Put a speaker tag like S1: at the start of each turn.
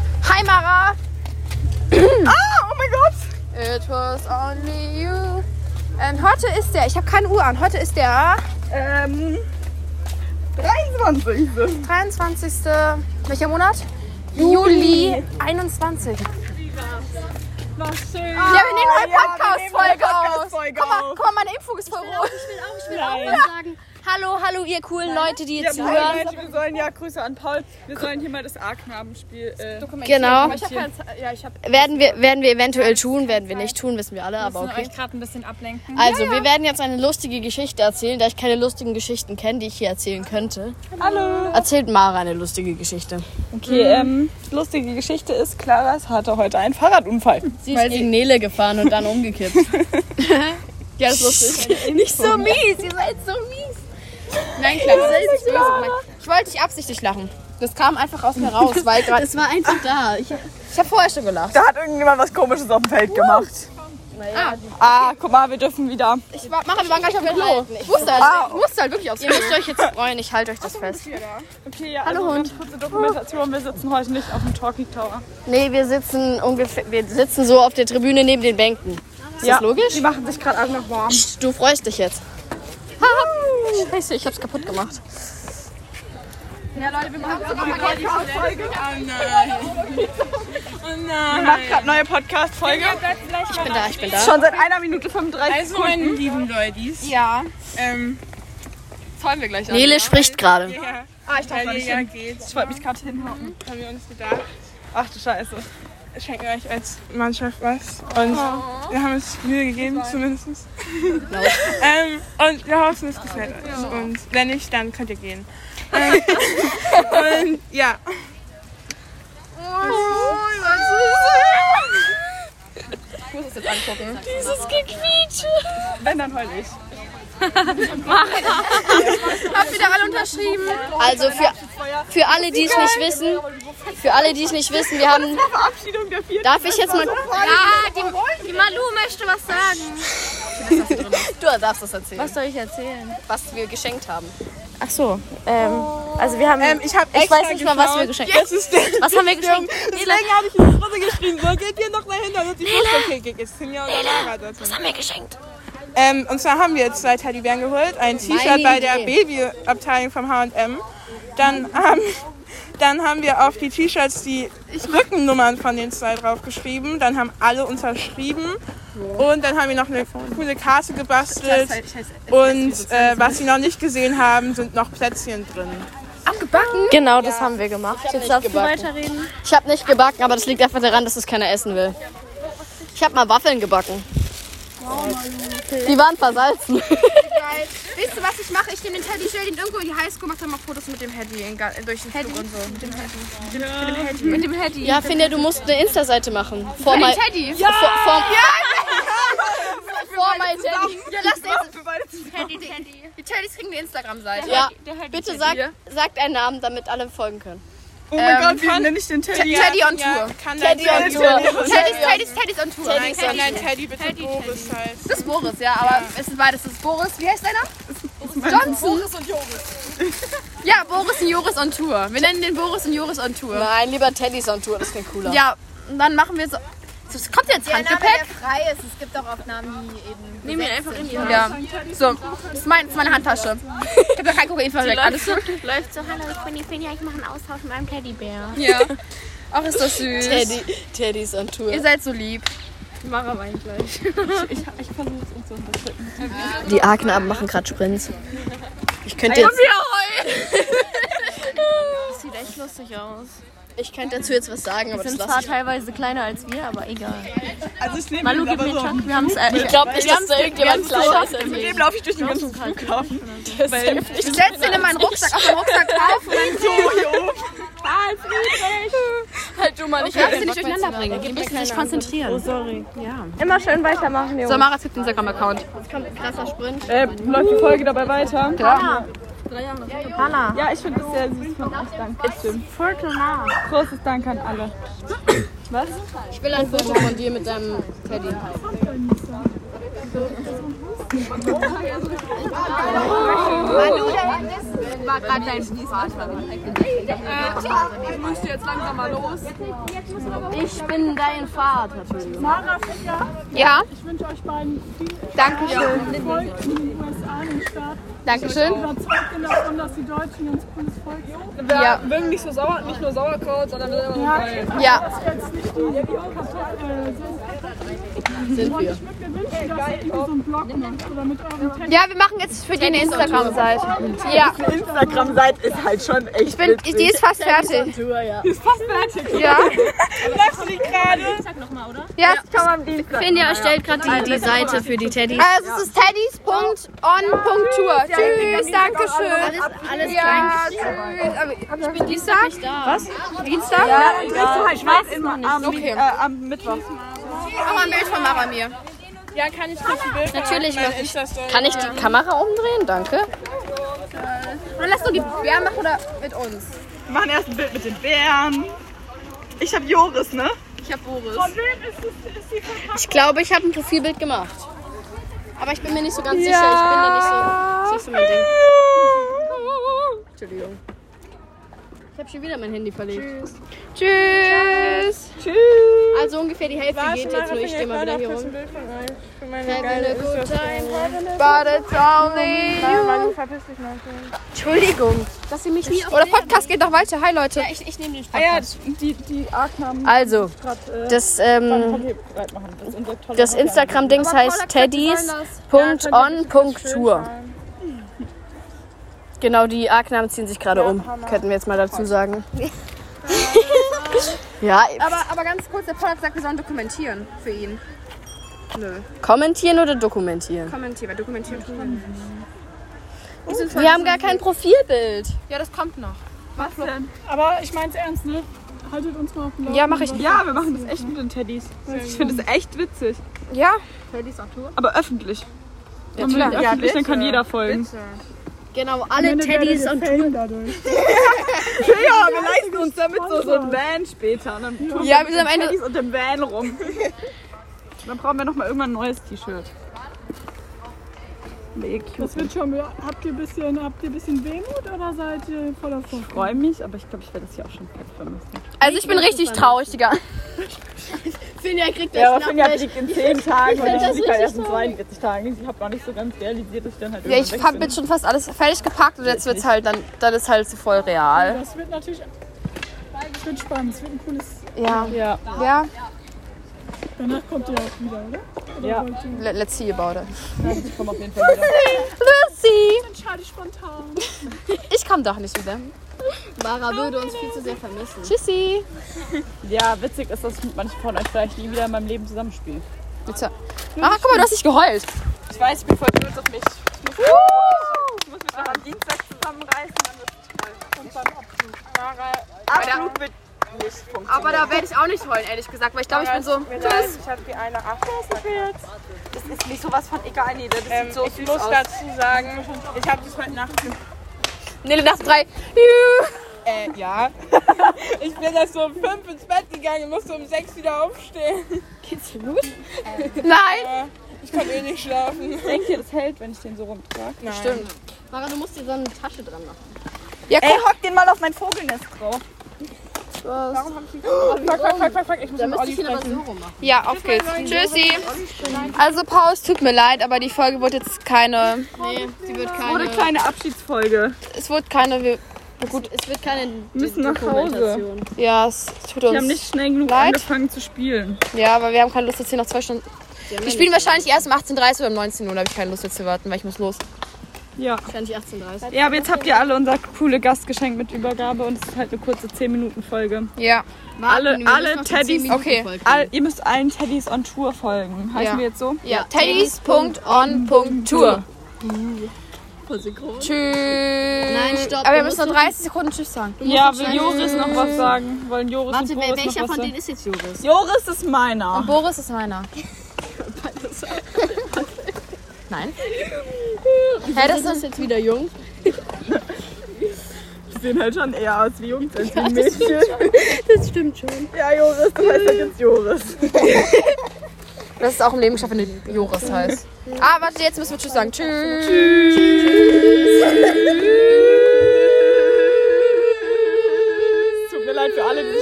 S1: Hi Mara.
S2: Ah, oh mein Gott.
S1: It was only you. Ähm, heute ist der, ich habe keine Uhr an, heute ist der
S2: Ähm, 23.
S1: 23. Welcher Monat?
S2: Juli.
S1: Juli 21.
S3: War schön.
S1: Ja, wir nehmen heute
S2: ja, wir nehmen
S1: Podcast-Folge
S2: heute
S1: aus.
S2: Podcast-Folge
S1: Guck mal,
S2: auf.
S1: guck mal, meine Impfung ist voll rot.
S3: Ich will auch, ich will
S2: Nein.
S3: auch was sagen. Hallo, hallo, ihr coolen Leute, die
S2: Ja,
S3: jetzt
S2: Paul,
S3: hören.
S2: Leute, wir sollen ja Grüße an Paul. Wir sollen hier mal das A-Knabenspiel. Äh,
S4: Genau.
S1: Aber Ich hab keine, ja, ich hab,
S4: Werden wir, werden wir eventuell tun, werden wir nicht tun, wissen wir alle, aber okay.
S3: euch gerade ein bisschen ablenken.
S4: Also, wir werden jetzt eine lustige Geschichte erzählen, da ich keine lustigen Geschichten kenne, die ich hier erzählen könnte.
S2: Hallo.
S4: Erzählt Mara eine lustige Geschichte.
S2: Okay, ähm, lustige Geschichte ist, Claras hatte heute einen Fahrradunfall.
S4: Sie ist gegen Nele gefahren und dann umgekippt.
S1: ja, das ist lustig. Nicht so mies, ihr seid so mies. Nein, klar, ihr seid nicht böse gemeint. Ich wollte dich absichtlich lachen. Das kam einfach aus mir raus, weil gerade.
S4: Es war einfach da. Ich,
S1: Ich habe vorher schon gelacht.
S2: Da hat irgendjemand was Komisches auf dem Feld gemacht. Ah, guck mal, wir dürfen wieder.
S1: Ich war, Mara, wir waren gar nicht auf dem Klo. Ich wusste halt, ich wusste halt wirklich aufs
S4: ihr
S1: Klo.
S4: müsst euch jetzt freuen, ich halte euch das fest.
S2: Okay, ja, Hallo also
S4: Hund.
S2: ganz kurze Dokumentation. Wir sitzen heute nicht auf dem Talking Tower.
S4: Nee, wir sitzen ungefähr, wir sitzen so auf der Tribüne neben den Bänken.
S2: Ist ja, das logisch? Die machen sich gerade alle noch warm.
S4: Du freust dich jetzt.
S1: Scheiße, ich hab's kaputt gemacht.
S2: Wir machen gerade neue Podcast-Folge.
S4: Ich bin da, ich bin da.
S2: Schon seit einer Minute 35 also, Sekunden.
S5: lieben Leutis,
S1: Ja.
S5: ähm,
S1: Zäumen wir gleich an.
S4: Nele spricht gerade.
S2: Ah, ich dachte, ich,
S5: Helga geht's.
S2: ich wollte mich gerade hinhauen.
S5: Haben wir uns gedacht,
S2: Ach du Scheiße.
S5: schenken wir euch als Mannschaft was. Und wir haben es Mühe gegeben, zumindest. ähm, und wir hoffen, es gefällt euch. Und wenn nicht, dann könnt ihr gehen. Ähm, und ja.
S2: Wenn, dann heul ich.
S1: Hab wieder alle unterschrieben.
S4: Also für, für alle, die es nicht wissen, für alle, die es nicht wissen, wir haben.
S2: Verabschiedung der vierten.
S4: Darf ich jetzt mal.
S3: Ah, die, die Malu möchte was sagen.
S4: Du darfst das erzählen,
S3: Was soll ich erzählen?
S4: was wir geschenkt haben.
S3: Ach so, ähm, also wir haben,
S2: ich hab
S3: ich
S2: extra
S3: weiß nicht mal, was wir
S2: geschaut.
S3: geschenkt
S2: Das ist der.
S3: Was haben wir geschenkt? Nele,
S5: Deswegen habe ich in die Runde geschrieben, so geht ihr noch dahinter, dass die Fußballkekik ist. Sind ja oder Lager dazu.
S3: haben wir geschenkt.
S5: Ähm, und zwar haben wir jetzt zwei Teddybären geholt, ein T-Shirt
S4: Meine
S5: bei der
S4: Idee.
S5: Babyabteilung vom H&M. Dann, ähm, dann haben wir auf die T-Shirts die Rückennummern von den zwei draufgeschrieben. Dann haben alle unterschrieben. Und dann haben wir noch eine coole Karte gebastelt. Und äh, was sie noch nicht gesehen haben, sind noch Plätzchen drin.
S3: Genau, das haben wir gemacht. Jetzt darfst du
S4: gebacken.
S3: weiterreden.
S4: Ich habe nicht gebacken, aber das liegt einfach daran, dass es keiner essen will. Ich habe mal Waffeln gebacken. Die waren versalzen.
S1: Geil. Wisst ihr, was ich mache? Ich nehme den Teddy, stell den irgendwo in die Highschool, mach dann mal Fotos mit dem Teddy in, ga- durch den Flur und so. Mit dem Teddy. Mit dem Teddy.
S4: Ja, Finja, du musst eine Insta-Seite machen. Vor
S1: Mit
S4: my,
S1: dem Teddy.
S4: vor, vor, vor my Teddy.
S1: Ja, lass den Teddy, Teddy. Die Teddys kriegen eine Instagram-Seite.
S4: Ja, bitte sag, sagt einen Namen, damit alle folgen können.
S2: Oh mein Gott, wie nenne ich den Teddy?
S1: Teddy on
S5: Ja,
S1: Tour.
S5: kann dein
S4: Teddy
S5: Teddy,
S4: on Tour.
S1: Teddys, Teddys, Teddys on Tour.
S4: Teddy.
S5: Nein, kann dein Teddy bitte Boris heißen.
S1: Das ist Boris, ja, aber es sind beides. Das ist Boris, wie heißt deiner? Johnson. Boris und Joris. Ja, Boris und Joris on Tour. Wir nennen den Boris und Joris on Tour.
S4: Nein, lieber Teddy's on Tour, das klingt cooler.
S1: Ja, und dann machen wir so. so es kommt jetzt Handgepäck.
S6: frei ist. Es gibt auch Aufnahmen, die eben.
S3: Nehmen wir einfach in die
S1: Ja. So, das ist, mein, das ist meine Handtasche. Ich hab da kein Kokain versteckt. Alles gut?
S7: Läuft so, hallo, ich bin die Finja, ich mache einen Austausch mit meinem Teddybär.
S1: Ja. Ach, ist das süß.
S4: Teddy, Teddy's on Tour.
S1: Ihr seid so lieb.
S3: Mara weint gleich.
S4: Die Arknaben machen gerade Sprints. Ich könnte jetzt,
S3: Das sieht echt lustig aus.
S4: ich könnte dazu jetzt was sagen, aber das
S3: Sind
S4: lasse
S3: zwar
S4: ich.
S3: teilweise kleiner als wir, aber egal.
S2: Also ich nehme
S3: Malu,
S2: ihn
S3: gib
S2: aber
S3: mir
S2: so.
S3: Chuck. Wir haben es
S4: Ich glaube nicht, dass da irgendjemand kleiner ist als
S2: Mit
S4: ich.
S2: dem laufe ich durch den ganzen Flughafen.
S1: Ich setz den in meinen Rucksack, auf meinen Rucksack drauf und dann
S2: So, hier oben.
S4: Halt du mal, ich
S1: darfst du nicht durcheinander bringen. Die müssen sich konzentrieren. Oh, sorry. Ja. Immer schön weitermachen, Jungs. So, Mara, es gibt einen Instagram-Account.
S4: Krasser Sprint.
S2: Äh, läuft die Folge dabei weiter? Hanna. Hanna. Ja, ich finde das sehr süß von euch. Danke. Stimmt. Großes Dank an alle.
S4: Ich will ein Foto von dir mit deinem Teddy.
S1: Manu, war gerade dein Äh, ich musste jetzt langsam mal los.
S4: Ich bin dein Vater.
S8: Mara, Fedja,
S1: Ja,
S8: ich wünsche euch beiden viel
S1: Dankeschön.
S8: Erfolg in den USA, in den Staaten.
S1: Dankeschön.
S8: Überzeugt bin davon, dass die Deutschen uns cooles Volk sind.
S1: Ja.
S2: Mögen nicht so sauer, nicht nur Sauerkraut, sondern wir sind
S8: Ja,
S1: Ja,
S8: dass wir jetzt nicht die Kartoffeln äh, sind. Sind wir. Ich würde mir wünschen, dass ihr irgendwie so einen Blog macht oder mit euren Text.
S1: ja wir machen jetzt für die eine Instagram-Seite. Ja,
S2: Instagram seid ist halt schon echt
S1: ich bin, ich, die ist fast fertig. Ja,
S5: Lass mich gerade.
S1: ja.
S4: Finja erstellt gerade die, die Seite für die Teddy.
S1: Also es ist teddys.on.tour. Tschüss, Dankeschön.
S4: Alles
S1: Ja, tschüss. Aber Ich bin Dienstag. Was? Dienstag? Ja,
S5: Ich weiß immer am,
S1: Okay.
S5: äh, am Mittwoch.
S1: Mach mal ein Bild von Maramir.
S5: Ja, kann ich kurz ein Bild
S4: Natürlich
S5: machen?
S4: mach ich.
S5: Kann
S4: Kann ich die Kamera umdrehen? Danke.
S1: Oder lass doch die Bär machen oder mit uns.
S5: Wir machen erst ein Bild mit den Bären. Ich habe Joris, ne?
S1: Ich hab Boris.
S4: Ich glaube, ich habe ein Profilbild gemacht. Aber ich bin mir nicht so ganz sicher. Ich bin da nicht so. Das ist nicht so mein Ding. Entschuldigung. Ich habe schon wieder mein Handy verlegt. Tschüss. Tschüss. Also ungefähr die Hälfte geht jetzt nur. Ich stehe mal wieder hier rum.
S5: Bild von euch. Für meine
S4: Have
S5: geile
S4: a good time.
S1: But it's only
S5: Nein, Mann, verpiss dich mal.
S4: Entschuldigung, dass ihr mich nie
S1: Oder Podcast geht noch weiter. Hi Leute.
S8: Ah ja, die, die Arknamen
S4: Also,
S8: gerade. Äh,
S4: das, ähm,
S8: hier breit machen. Das ist unser toller
S4: das Instagram-Dings heißt teddys.on.tour. Genau, die Arknamen ziehen sich gerade um, könnten wir jetzt mal dazu sagen. ja,
S1: Aber, aber ganz kurz, der Paul hat gesagt, wir sollen dokumentieren für ihn. Nö,
S4: kommentieren oder dokumentieren?
S1: kommentieren, weil dokumentieren tun wir nicht.
S4: Wir haben gar kein Profilbild.
S1: Ja, das kommt noch.
S8: Aber ich meine es ernst, ne? Haltet uns mal auf den Laufenden.
S1: Ja, mach ich.
S2: Ja, wir machen das echt mit den Teddys. Ich finde das echt witzig.
S1: Ja.
S2: Aber öffentlich.
S4: Ja, klar.
S2: Wenn öffentlich, dann kann jeder folgen.
S4: Genau, alle Teddys und
S8: Fame dadurch.
S2: Ja, wir leisten uns damit so, so ein Van später. Und dann tun
S1: Ja,
S2: wir
S1: wir sind am
S2: mit den
S1: Ende.
S2: Teddys und dem Van rum. Dann brauchen wir nochmal irgendwann ein neues T-Shirt. Nee, cute.
S8: Das wird schon. Habt ihr ein bisschen, habt ihr ein bisschen Wehmut oder seid ihr voller Vorfreude?
S2: Ich freue mich, aber ich glaube, ich werde das hier auch schon fett vermissen.
S1: Also ich bin richtig traurig, Digga.
S4: Finja kriegt
S2: Ja, aber
S4: das
S2: Finja
S4: Schnappfleisch.
S2: liegt in 10 Tagen und
S4: das
S2: ich liege halt
S4: richtig
S2: erst in 42 Tagen. Ich habe noch nicht so ganz realisiert, dass ich dann halt
S1: Ja, ich hab jetzt schon fast alles fertig gepackt und jetzt wird's halt dann, dann ist halt so voll real.
S8: Das wird natürlich. Das wird spannend. Es wird ein cooles.
S1: Ja.
S2: Ja.
S1: Ja.
S8: Danach kommt ihr auch wieder, oder?
S2: Ja,
S1: Let- Let's see about it.
S2: ich komme auf jeden Fall wieder.
S1: Let's see.
S8: Entscheide spontan.
S1: Ich komm doch nicht wieder.
S4: Mara würde uns viel zu sehr vermissen.
S1: Tschüssi.
S2: Ja, witzig ist, dass manche von euch vielleicht nie wieder in meinem Leben zusammenspielen.
S1: Jetzt, ah, guck mal, du hast dich geheult.
S2: Ich weiß, ich bin voll stolz auf mich. Ich muss, ich muss mich noch am Dienstag zusammenreißen, dann wird es toll. Und beim Abflug. Mara, Abflug wird nicht funktionieren.
S1: Aber da werde ich auch nicht heulen, ehrlich gesagt, weil ich glaube, ich bin so.
S5: Mir leid, Ich habe die eine Acht.
S2: Das ist nicht sowas von egal, nee, das
S5: Ähm,
S2: sieht so
S5: ich muss dazu sagen, ich habe das heute Nacht gemacht.
S1: Nele nach drei. Juhu.
S5: Äh, ja. ich bin erst so um fünf ins Bett gegangen und musste um sechs wieder aufstehen.
S1: Nein.
S5: Äh, Ich konnte eh nicht schlafen.
S2: Denkt ihr, das hält, wenn ich den so rumtrage?
S1: Stimmt.
S4: Mara, du musst dir so eine Tasche dran machen.
S1: Ja,
S2: Ey,
S1: guck.
S2: hock den mal auf mein Vogelnest drauf. Oh,
S5: Fuck, fuck, fuck, fuck, fuck. Ich muss
S4: Da
S5: mit
S4: müsste
S5: Olli
S4: ich ihn aber
S5: sprechen.
S4: so rum machen.
S1: Ja, auf geht's. Tschüssi. Also, Paul, es tut mir leid, aber die Folge wurde jetzt keine.
S4: Nee, die wird
S2: Eine
S4: keine.
S2: kleine Abschiedsfolge.
S1: Es wurde keine. wir-
S4: Es wird keine
S2: müssen nach Hause.
S4: Dokumentation.
S1: Ja, es tut
S2: Wir haben nicht
S1: uns.
S2: schnell genug
S1: Leid.
S2: angefangen zu spielen.
S1: Ja, aber wir haben keine Lust, jetzt hier noch zwei Stunden.
S4: Wir haben
S1: Wir
S4: ja
S1: spielen
S4: nicht-
S1: wahrscheinlich erst um 18.30 Uhr oder um 19 Uhr. Da habe ich keine Lust, jetzt zu warten, weil ich muss los.
S2: Ja.
S4: wahrscheinlich 18.30
S2: Ja, aber jetzt habt ihr alle unser coole Gastgeschenk mit Übergabe und es ist halt eine kurze 10-Minuten-Folge.
S1: Ja.
S2: Alle, alle Teddys,
S1: Okay.
S2: all, ihr müsst allen Teddys on Tour folgen. Heißen
S1: Ja.
S2: wir jetzt so?
S1: Ja. Teddys.on.tour. Tschüss.
S4: Nein, stopp,
S1: Aber wir
S4: du
S1: müssen
S4: musst
S1: noch 30 Sekunden Tschüss sagen.
S2: Ja, will Joris noch was sagen? Wollen Joris
S4: Warte,
S2: und
S4: wer,
S2: Boris
S4: welcher
S2: noch was
S4: von denen
S2: sagen?
S4: ist jetzt Joris?
S2: Joris ist meiner.
S1: Boris ist meiner. Nein. Hä, das ist
S4: jetzt wieder jung.
S2: Die sehen halt schon eher aus wie Jungs als wie Mädchen.
S4: Das stimmt schon.
S2: Ja, Joris, du heißt halt jetzt Joris.
S1: Das ist auch im Leben geschafft, wenn du Joris heißt. Ah, warte, jetzt müssen wir Tschüss sagen. Tschüss.
S2: Tschüss. alle